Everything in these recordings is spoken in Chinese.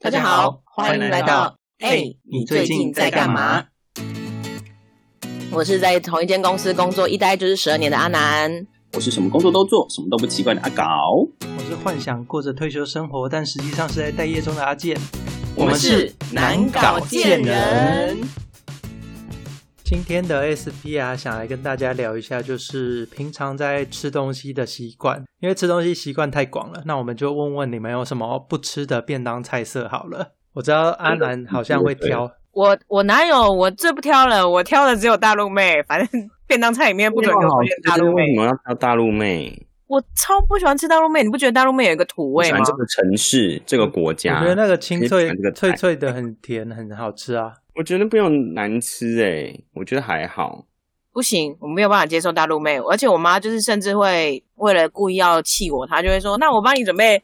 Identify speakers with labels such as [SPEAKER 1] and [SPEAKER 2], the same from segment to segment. [SPEAKER 1] 大家好，欢迎来到哎，你最近在干嘛？？我是在同一间公司工作一待就是十二年的阿南。
[SPEAKER 2] 我是什么工作都做，什么都不奇怪的阿搞。
[SPEAKER 3] 我是幻想过着退休生活，但实际上是在待业中的阿健。
[SPEAKER 2] 我们是
[SPEAKER 3] 难搞贱人。今天的 SP 啊，想来跟大家聊一下，就是平常在吃东西的习惯，因为吃东西习惯太广了，那我们就问问你们有什么不吃的便当菜色好了。我知道阿南好像会挑，
[SPEAKER 1] 我我哪有我最不挑了，我挑的只有大陆妹。反正便当菜里面不准给我出现大陆
[SPEAKER 2] 为
[SPEAKER 1] 妹
[SPEAKER 2] 什，么要叫大陆妹？
[SPEAKER 1] 我超不喜欢吃大陆妹。你不觉得大陆妹有一个土
[SPEAKER 2] 我
[SPEAKER 1] 味
[SPEAKER 2] 喜
[SPEAKER 1] 吗
[SPEAKER 2] 欢？这个城市，这个国家。
[SPEAKER 3] 我觉得那个清
[SPEAKER 2] 其实
[SPEAKER 3] 脆
[SPEAKER 2] 喜欢这个菜
[SPEAKER 3] 脆脆的，很甜，很好吃啊。
[SPEAKER 2] 我觉得不用难吃哎、我觉得还好。
[SPEAKER 1] 不行，我没有办法接受大陆妹。而且我妈就是甚至会为了故意要气我，她就会说：“那我帮你准备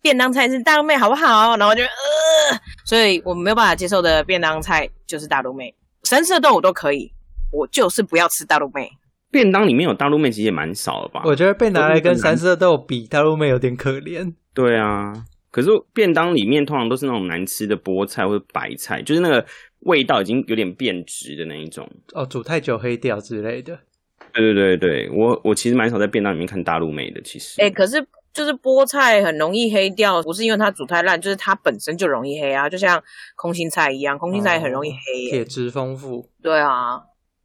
[SPEAKER 1] 便当菜是大陆妹好不好？”然后我就呃，所以我没有办法接受的便当菜就是大陆妹，神色豆我都可以，我就是不要吃大陆妹。
[SPEAKER 2] 便当里面有大陆妹，其实也蛮少的吧？
[SPEAKER 3] 我觉得被拿来跟三色豆比，大陆妹有点可怜。
[SPEAKER 2] 对啊，可是便当里面通常都是那种难吃的菠菜或者白菜，就是那个味道已经有点变质的那一种。
[SPEAKER 3] 哦，煮太久黑掉之类的。
[SPEAKER 2] 对对对对，我我其实蛮少在便当里面看大陆妹的，其实。
[SPEAKER 1] 哎、可是就是菠菜很容易黑掉，不是因为它煮太烂，就是它本身就容易黑啊，就像空心菜一样，空心菜也很容易黑耶、
[SPEAKER 3] 铁质丰富。
[SPEAKER 1] 对啊，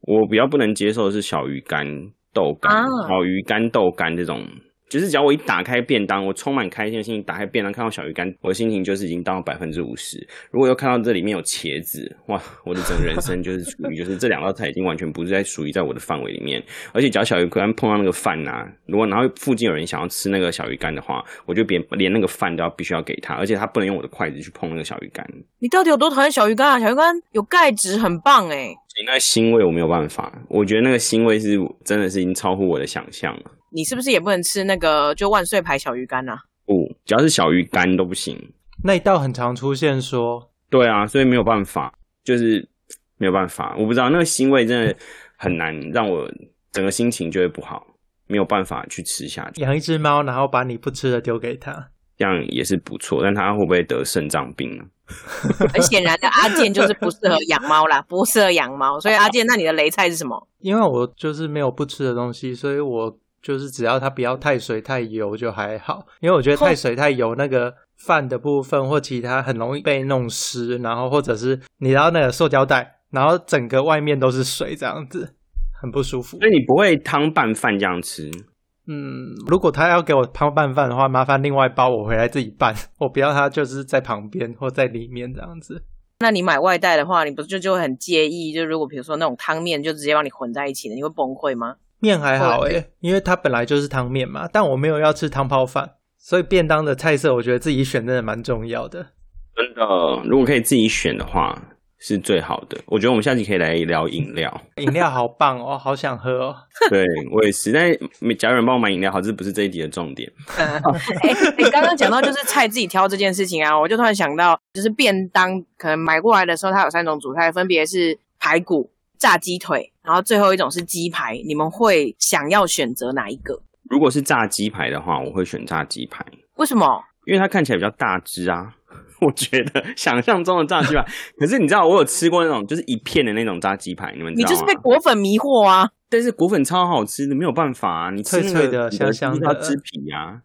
[SPEAKER 2] 我比较不能接受的是小鱼干、豆干、
[SPEAKER 1] 啊
[SPEAKER 2] 小鱼干、豆干这种，就是只要我一打开便当，我充满开心的心情打开便当，看到小鱼干，我的心情就是已经到百分之五十。如果又看到这里面有茄子，哇，我的整个人生就是处于就是这两道菜已经完全不是在属于在我的范围里面。而且只要小鱼干碰到那个饭啊，如果然后附近有人想要吃那个小鱼干的话，我就别连那个饭都要必须要给他，而且他不能用我的筷子去碰那个小鱼干，
[SPEAKER 1] 你到底有多讨厌小鱼干啊？小鱼干有钙质，很棒哎、
[SPEAKER 2] 所以那个腥味我没有办法，我觉得那个腥味是真的是已经超乎我的想象了。
[SPEAKER 1] 你是不是也不能吃那个就万岁牌小鱼干啊？
[SPEAKER 2] 不，哦只要是小鱼干都不行。
[SPEAKER 3] 那一道很常出现说，
[SPEAKER 2] 对啊，所以没有办法，就是没有办法。我不知道那个腥味真的很难让我整个心情就会不好，没有办法去吃下去。
[SPEAKER 3] 养一只猫，然后把你不吃的丢给它。
[SPEAKER 2] 这样也是不错，但它会不会得肾脏病呢？
[SPEAKER 1] 很显然的，阿健就是不适合养猫啦， 不适合养猫。所以阿健，那你的雷菜是什么？
[SPEAKER 3] 因为我就是没有不吃的东西，所以我就是只要它不要太水太油就还好。因为我觉得太水太油那个饭的部分或其他很容易被弄湿，然后或者是你知道那个塑胶袋，然后整个外面都是水这样子，很不舒服
[SPEAKER 2] 所。以你不会汤拌饭这样吃，
[SPEAKER 3] 嗯，如果他要给我汤拌饭的话，麻烦另外包我回来自己拌，我不要他就是在旁边或在里面这样子。
[SPEAKER 1] 那你买外带的话，你不就就会很介意？就如果比如说那种汤面就直接帮你混在一起的，你会崩溃 吗？
[SPEAKER 3] 面还好
[SPEAKER 1] 对
[SPEAKER 3] 诶、因为它本来就是汤面嘛，但我没有要吃汤泡饭，所以便当的菜色我觉得自己选真的蛮重要的。
[SPEAKER 2] 真的，如果可以自己选的话是最好的。我觉得我们下集可以来聊饮料。
[SPEAKER 3] 饮料好棒哦， 好想喝哦。
[SPEAKER 2] 对我也是，但是假如有人帮我买饮料，好，这不是这一集的重点。
[SPEAKER 1] 哎、你刚刚讲到就是菜自己挑这件事情啊，我就突然想到，就是便当可能买过来的时候，它有三种主菜，分别是排骨、炸鸡腿，然后最后一种是鸡排。你们会想要选择哪一个？
[SPEAKER 2] 如果是炸鸡排的话，我会选炸鸡排，
[SPEAKER 1] 为什么？
[SPEAKER 2] 因为它看起来比较大只啊。 我觉得想象中的炸 鸡排，可是你知道我有吃过那种就是一片的那种炸鸡排，你们知
[SPEAKER 1] 你
[SPEAKER 2] 道
[SPEAKER 1] 就是
[SPEAKER 2] 吗？
[SPEAKER 1] 被果粉迷惑啊！
[SPEAKER 2] 但是果粉超好吃的，没有办法啊，你吃
[SPEAKER 3] 脆
[SPEAKER 2] 那个
[SPEAKER 3] 脆的
[SPEAKER 2] 你
[SPEAKER 3] 香香的
[SPEAKER 2] 你要吃皮啊。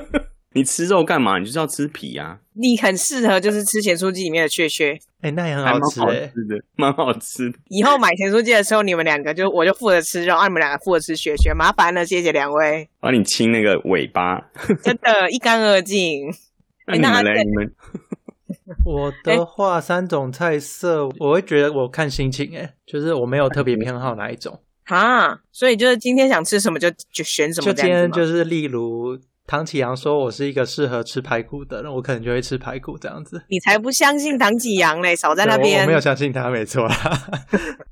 [SPEAKER 2] 你吃肉干嘛？你就是要吃皮啊，
[SPEAKER 1] 你很适合就是吃咸酥鸡里面的雀雀。
[SPEAKER 3] 哎、那也很
[SPEAKER 2] 还
[SPEAKER 3] 好
[SPEAKER 2] 蛮
[SPEAKER 3] 吃欸
[SPEAKER 2] 好
[SPEAKER 3] 诶、
[SPEAKER 2] 吃的，蛮好吃的。
[SPEAKER 1] 以后买咸酥鸡的时候，你们两个就我就负责吃肉，啊，你们两个负责吃雀雀，麻烦了，谢谢两 位，
[SPEAKER 2] 然后你亲那个尾巴，
[SPEAKER 1] 真的，一干二净。
[SPEAKER 2] 那
[SPEAKER 1] 哎
[SPEAKER 2] 你
[SPEAKER 1] 那
[SPEAKER 2] 们嘞？
[SPEAKER 1] 对
[SPEAKER 2] 你们
[SPEAKER 3] 我的
[SPEAKER 1] 哎
[SPEAKER 3] 话，三种菜色我会觉得我看心情诶、就是我没有特别偏好哪一种。
[SPEAKER 1] 啊，所以就是今天想吃什么就就选什么
[SPEAKER 3] 就
[SPEAKER 1] 这
[SPEAKER 3] 今
[SPEAKER 1] 样
[SPEAKER 3] 天
[SPEAKER 1] 子吗。
[SPEAKER 3] 就是例如唐启阳说我是一个适合吃排骨的人，我可能就会吃排骨这样子。
[SPEAKER 1] 你才不相信唐启阳嘞，少在那
[SPEAKER 3] 对我
[SPEAKER 1] 边
[SPEAKER 3] 我没。有相信他，没错 啦。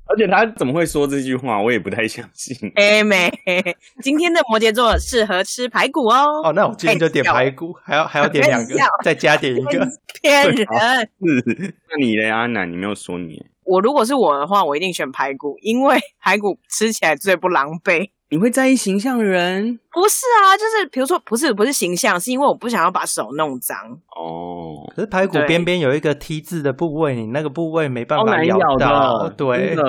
[SPEAKER 2] 而且他怎么会说这句话？我也不太相信。
[SPEAKER 1] 哎妹， 今天的摩羯座适合吃排骨哦。
[SPEAKER 3] 哦，那我今 天就点排骨，还要还要点两个
[SPEAKER 1] 开玩笑，
[SPEAKER 3] 再加点一 个。
[SPEAKER 1] 骗人！
[SPEAKER 2] 是， 那你嘞，阿南，你没有说你耶，
[SPEAKER 1] 我如果是我的话，我一定选排骨，因为排骨吃起来最不狼狈。
[SPEAKER 2] 你会在意形象的人
[SPEAKER 1] 不是啊，就是比如说，不是不是形象，是因为我不想要把手弄脏。
[SPEAKER 2] 哦，
[SPEAKER 3] 可是排骨
[SPEAKER 1] 对
[SPEAKER 3] 边边有一个 T 字的部位，你那个部位没办
[SPEAKER 2] 好
[SPEAKER 3] 法
[SPEAKER 2] 难咬
[SPEAKER 3] 到。
[SPEAKER 2] 的，
[SPEAKER 3] 对
[SPEAKER 2] 真，的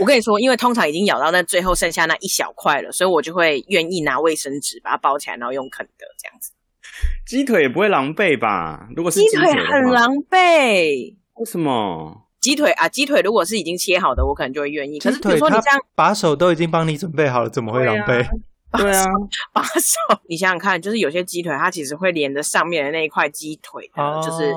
[SPEAKER 1] 我跟你说，因为通常已经咬到那最后剩下那一小块了，所以我就会愿意拿卫生纸把它包起来，然后用啃的这样子。
[SPEAKER 2] 鸡腿也不会狼狈吧？如果是
[SPEAKER 1] 鸡
[SPEAKER 2] 腿
[SPEAKER 1] 腿
[SPEAKER 2] 的话
[SPEAKER 1] 很，狼狈，
[SPEAKER 2] 为什么？
[SPEAKER 1] 鸡腿啊，鸡腿如果是已经切好的，我可能就会愿意。可
[SPEAKER 3] 鸡
[SPEAKER 1] 是比如
[SPEAKER 3] 腿
[SPEAKER 1] 说你
[SPEAKER 3] 它
[SPEAKER 1] 这样
[SPEAKER 3] 把手都已经帮你准备好了，怎么会狼狈？
[SPEAKER 2] 对啊，
[SPEAKER 1] 把手， 你想想看，就是有些鸡腿它其实会连着上面的那一块鸡腿的，
[SPEAKER 3] 哦，
[SPEAKER 1] 啊 就是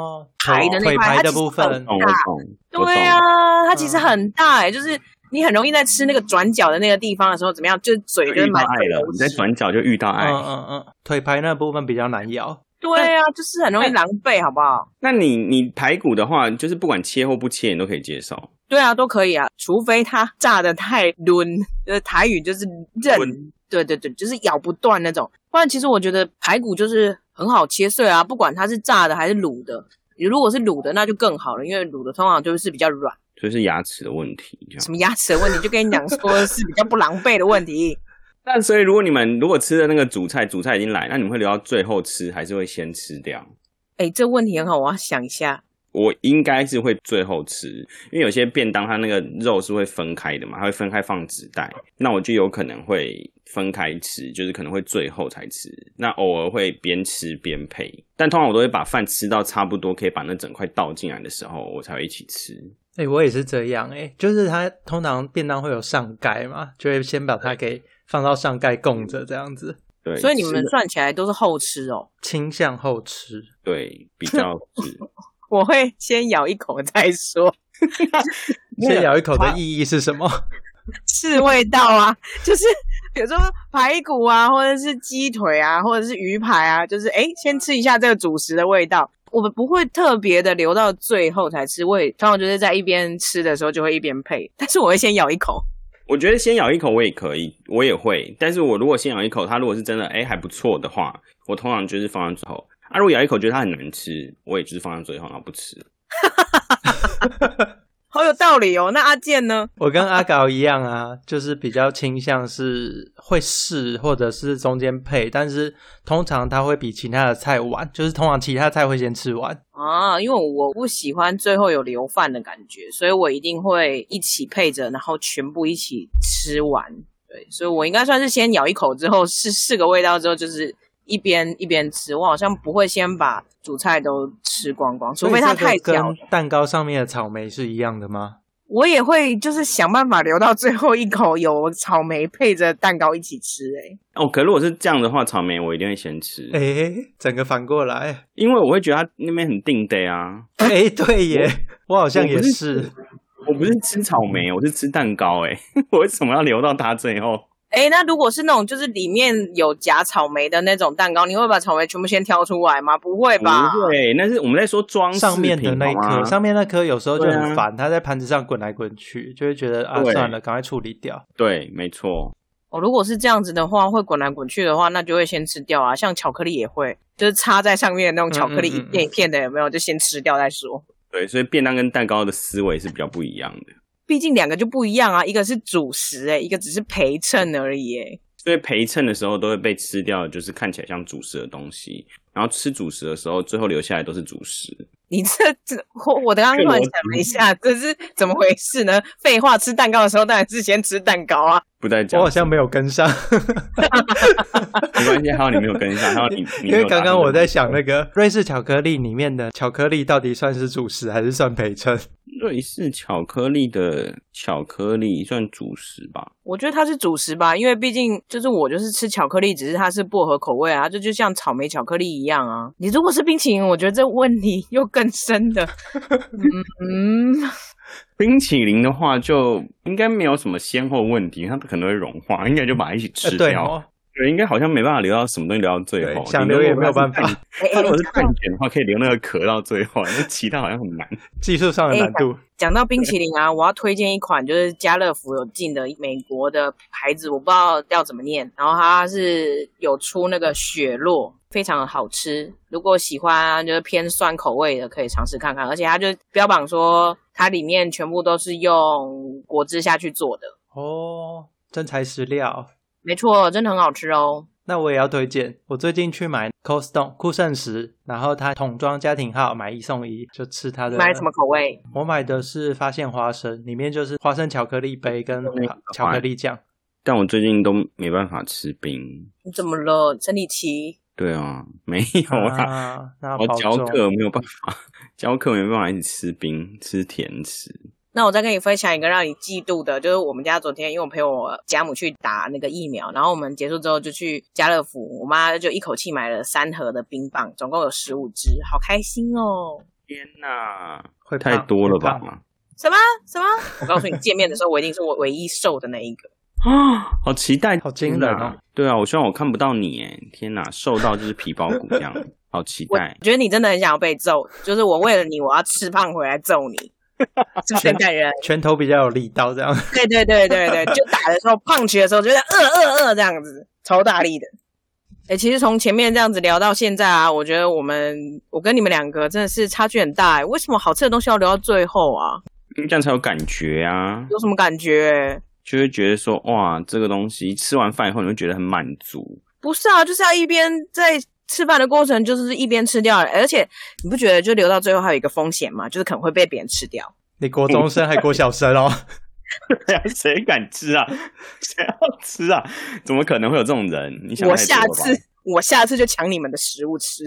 [SPEAKER 1] 排的那
[SPEAKER 3] 腿
[SPEAKER 1] 块
[SPEAKER 3] 排
[SPEAKER 1] 它
[SPEAKER 3] 的
[SPEAKER 1] 其实
[SPEAKER 3] 部分
[SPEAKER 1] 很
[SPEAKER 2] 懂我懂，我
[SPEAKER 1] 对
[SPEAKER 2] 懂。
[SPEAKER 1] 啊，它其实很大哎、就是你很容易在吃那个转角的那个地方的时候，怎么样，就是嘴就
[SPEAKER 2] 遇
[SPEAKER 1] 是
[SPEAKER 2] 到
[SPEAKER 1] 满
[SPEAKER 2] 爱
[SPEAKER 1] 嘴
[SPEAKER 2] 了，
[SPEAKER 1] 都
[SPEAKER 2] 你
[SPEAKER 1] 是
[SPEAKER 2] 在转角就遇到
[SPEAKER 3] 嗯
[SPEAKER 1] 哎
[SPEAKER 2] 爱。
[SPEAKER 3] 嗯嗯，腿排那部分比较难咬。
[SPEAKER 1] 对啊，就是很容易狼狈，好不好？
[SPEAKER 2] 那你你排骨的话，就是不管切或不切，你都可以接受。
[SPEAKER 1] 对啊，都可以啊，除非它炸的太抡， 呃，台语就是韧，
[SPEAKER 2] 滚
[SPEAKER 1] 对对对，就是咬不断那种。不然其实我觉得排骨就是很好切碎啊，不管它是炸的还是卤的。如果是卤的，那就更好了，因为卤的通常就是比较软。
[SPEAKER 2] 所以是牙齿的问题，这样
[SPEAKER 1] 什。么牙齿的问题，就跟你讲说是比较不狼狈的问 题。
[SPEAKER 2] 那所以如果你们如果吃的那个主菜，主菜已经来，那你们会留到最后吃，还是会先吃掉？
[SPEAKER 1] 哎，这问题很好，我要想一下。
[SPEAKER 2] 我应该是会最后吃，因为有些便当它那个肉是会分开的嘛，它会分开放纸袋，那我就有可能会分开吃，就是可能会最后才吃。那偶尔会边吃边配，但通常我都会把饭吃到差不多可以把那整块倒进来的时候，我才会一起吃。
[SPEAKER 3] 哎、我也是这样哎、就是它通常便当会有上盖嘛，就会先把它给放到上盖供着，这样子
[SPEAKER 2] 对，
[SPEAKER 1] 所以你
[SPEAKER 2] 吃
[SPEAKER 1] 们
[SPEAKER 2] 的
[SPEAKER 1] 算起来都是后吃哦。
[SPEAKER 3] 倾向后吃。
[SPEAKER 2] 对比较是
[SPEAKER 1] 我会先咬一口再说，
[SPEAKER 3] 先咬一口的意义是什么？
[SPEAKER 1] 是味道啊， 就是比如说排骨啊，或者是鸡腿啊，或者是鱼排啊，就是哎，诶先吃一下这个主食的味道。我们不会特别的留到最后才吃，我也通常就是在一边吃的时候就会一边配，但是我会先咬一口。
[SPEAKER 2] 我觉得先咬一口我也可以，我也会。但是我如果先咬一口，它如果是真的哎、还不错的话，我通常就是放到最后。啊，如果咬一口觉得它很难吃，我也就是放到最后，然后不吃。
[SPEAKER 1] 好有道理哦。那阿健呢？
[SPEAKER 3] 我跟阿搞一样啊，就是比较倾向是会试或者是中间配，但是通常它会比其他的菜晚，就是通常其他菜会先吃完。
[SPEAKER 1] 啊，因为我不喜欢最后有留饭的感觉，所以我一定会一起配着，然后全部一起吃完。对，所以我应该算是先咬一口之后试试个味道之后，就是一边一边吃。我好像不会先把主菜都吃光光，除非它
[SPEAKER 3] 所
[SPEAKER 1] 太
[SPEAKER 3] 以这个
[SPEAKER 1] 小了
[SPEAKER 3] 跟。蛋糕上面的草莓是一样的吗？
[SPEAKER 1] 我也会就是想办法留到最后一口，有草莓配着蛋糕一起吃、欸。哎，
[SPEAKER 2] 哦，可如果是这样的话，草莓我一定会先吃，
[SPEAKER 3] 诶、整个反过来，
[SPEAKER 2] 因为我会觉得它那边很定的啊。
[SPEAKER 3] 诶、对耶，我好像
[SPEAKER 2] 我
[SPEAKER 3] 也
[SPEAKER 2] 不是
[SPEAKER 3] 是。
[SPEAKER 2] 我不是吃草莓，我是吃蛋糕、欸， 我为什么要留到它最后？
[SPEAKER 1] 哎，那如果是那种就是里面有夹草莓的那种蛋糕，你会把草莓全部先挑出来吗？不会
[SPEAKER 2] 不
[SPEAKER 1] 吧？
[SPEAKER 2] 会，那是我们在说装饰
[SPEAKER 3] 上面的
[SPEAKER 2] 品
[SPEAKER 3] 那一
[SPEAKER 2] 好吗
[SPEAKER 3] 颗，上面那颗有时候就
[SPEAKER 2] 对
[SPEAKER 3] 很
[SPEAKER 2] 啊
[SPEAKER 3] 烦，它在盘子上滚来滚去，就会觉得啊，
[SPEAKER 2] 对
[SPEAKER 3] 算了，赶快处理掉。
[SPEAKER 2] 对，没错。
[SPEAKER 1] 哦，如果是这样子的话，会滚来滚去的话，那就会先吃掉啊。像巧克力也会，就是插在上面的那种巧克力，
[SPEAKER 3] 嗯嗯嗯
[SPEAKER 1] 一片一片的，有没有？就先吃掉再说。
[SPEAKER 2] 对，所以便当跟蛋糕的思维是比较不一样的。
[SPEAKER 1] 毕竟两个就不一样啊，一个是主食诶、一个只是陪衬而已欸诶、
[SPEAKER 2] 所以陪衬的时候都会被吃掉，就是看起来像主食的东西。然后吃主食的时候，最后留下来都是主食。
[SPEAKER 1] 你这这，我我刚刚突然想了一下，这是怎么回事呢？废话，吃蛋糕的时候当然是先吃蛋糕啊。
[SPEAKER 2] 不再
[SPEAKER 3] 我
[SPEAKER 2] 讲，
[SPEAKER 3] 好像没有跟上，
[SPEAKER 2] 没关系，还好你没有跟上，还好你你
[SPEAKER 3] 因
[SPEAKER 2] 没有
[SPEAKER 3] 为
[SPEAKER 2] 打
[SPEAKER 3] 刚
[SPEAKER 2] 算
[SPEAKER 3] 刚我在想那个瑞士巧克力里面的巧克力到底算是主食还是算陪衬？
[SPEAKER 2] 瑞士巧克力的巧克力算主食吧？
[SPEAKER 1] 我觉得它是主食吧，因为毕竟就是我就是吃巧克力，只是它是薄荷口味啊，这就像草莓巧克力一样啊。你如果是冰淇淋，我觉得这问题 又更深 的。嗯，嗯
[SPEAKER 2] 冰淇淋的话，就应该没有什么先后问题，它可能会融化，应该就把它一起
[SPEAKER 3] 呃
[SPEAKER 2] 吃
[SPEAKER 3] 对
[SPEAKER 2] 掉。
[SPEAKER 3] 哦，
[SPEAKER 2] 对，应该好像没办法留到什么东西留到最后
[SPEAKER 3] 对，，想留也没有办法
[SPEAKER 2] 顶多
[SPEAKER 1] 哎
[SPEAKER 2] 如果它是，蛋。它如果是
[SPEAKER 1] 哎
[SPEAKER 2] 蛋卷的话，可以留那个壳到最后，那其他好像很难。
[SPEAKER 3] 技术上的难度。
[SPEAKER 1] 讲到冰淇淋啊，我要推荐一款就是家乐福有进的美国的牌子，我不知道要怎么念。然后它是有出那个雪落，非常的好吃。如果喜欢啊就是偏酸口味的，可以尝试看看。而且它就标榜说它里面全部都是用果汁下去做的，
[SPEAKER 3] 哦，真材实料。
[SPEAKER 1] 没错，真的很好吃哦。
[SPEAKER 3] 那我也要推荐，我最近去买 Costco 酷盛食，然后它桶装家庭号买一送一，就吃它的。
[SPEAKER 1] 买什么口味？
[SPEAKER 3] 我买的是发现花生，里面就是花生巧克力杯跟巧克力酱。
[SPEAKER 2] 但我最近都没办法吃冰。
[SPEAKER 1] 你怎么了？生理期？
[SPEAKER 2] 对啊，没有啦，
[SPEAKER 3] 啊、那
[SPEAKER 2] 我
[SPEAKER 3] 保
[SPEAKER 2] 教
[SPEAKER 3] 重
[SPEAKER 2] 课没有办法，教课没办法一直吃冰吃甜食。
[SPEAKER 1] 那我再跟你分享一个让你嫉妒的，就是我们家昨天，因为我陪我家母去打那个疫苗，然后我们结束之后就去家乐福，我妈就一口气买了三盒的冰棒，总共有十五支，好开心哦！
[SPEAKER 2] 天哪，
[SPEAKER 3] 会胖
[SPEAKER 2] 太多了？
[SPEAKER 3] 会胖
[SPEAKER 2] 吧？
[SPEAKER 1] 什么什么？我告诉你，见面的时候我一定是我唯一瘦的那一个。
[SPEAKER 2] 啊，好期待，
[SPEAKER 3] 好惊人
[SPEAKER 2] 天
[SPEAKER 3] 哦
[SPEAKER 2] 哪！对啊，我希望我看不到你，哎，天哪，瘦到就是皮包骨 这样，好期
[SPEAKER 1] 我
[SPEAKER 2] 待。
[SPEAKER 1] 觉得你真的很想要被揍，就是我为了你，我要吃胖回来揍你， 是不是很感人？
[SPEAKER 3] 拳头比较有力道，这样
[SPEAKER 1] 对对对对对，就打的时候胖起的时候，觉得饿饿饿这样子，超大力的。哎、其实从前面这样子聊到现在啊，我觉得我们我跟你们两个真的是差距很大、欸。为什么好吃的东西要留到最后啊？
[SPEAKER 2] 这样才有感觉啊，
[SPEAKER 1] 有什么感觉、
[SPEAKER 2] 就会觉得说哇，这个东西吃完饭以后你会觉得很满足。
[SPEAKER 1] 不是啊，就是要一边在吃饭的过程，就是一边吃掉、而且你不觉得就留到最后还有一个风险吗？就是可能会被别人吃掉。
[SPEAKER 3] 你国中生还国小生哦，
[SPEAKER 2] 对啊，谁敢吃啊？ 谁要吃啊？怎么可能会有这种人？你想
[SPEAKER 1] 我
[SPEAKER 2] 太多
[SPEAKER 1] 下
[SPEAKER 2] 了吧
[SPEAKER 1] 次，我下次就抢你们的食物吃。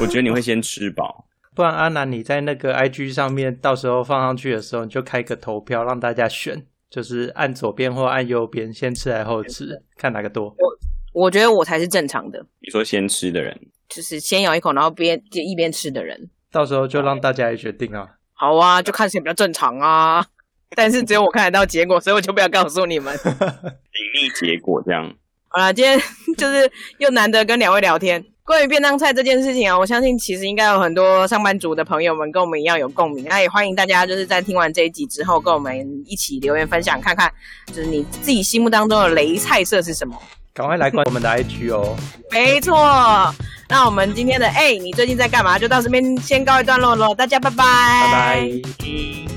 [SPEAKER 2] 我觉得你会先吃饱。
[SPEAKER 3] 不然阿南你在那个 IG 上面，到时候放上去的时候，你就开个投票让大家选，就是按左边或按右边，先吃还后吃，看哪个多。
[SPEAKER 1] 我觉得我才是正常的，
[SPEAKER 2] 你说先吃的人，
[SPEAKER 1] 就是先咬一口，然后边就一边吃的人。
[SPEAKER 3] 到时候就让大家来决定啊。
[SPEAKER 1] 好啊，就看谁比较正常啊。 但是只有我看得到结果，所以我就不要告诉你 们。
[SPEAKER 2] 隐匿结果这样。
[SPEAKER 1] 好啦，今天 就是又难得跟两位聊天。关于便当菜这件事情啊，我相信其实应该有很多上班族的朋友们跟我们一样有共鸣。那也欢迎大家就是在听完这一集之后，跟我们一起留言分享，看看就是你自己心目当中的雷菜色是什么。
[SPEAKER 3] 赶快来关我们的 IG 哦，
[SPEAKER 1] 没错，那我们今天的哎、你最近在干嘛？就到这边先告一段落喽，大家拜拜，
[SPEAKER 3] 拜拜。
[SPEAKER 2] 嗯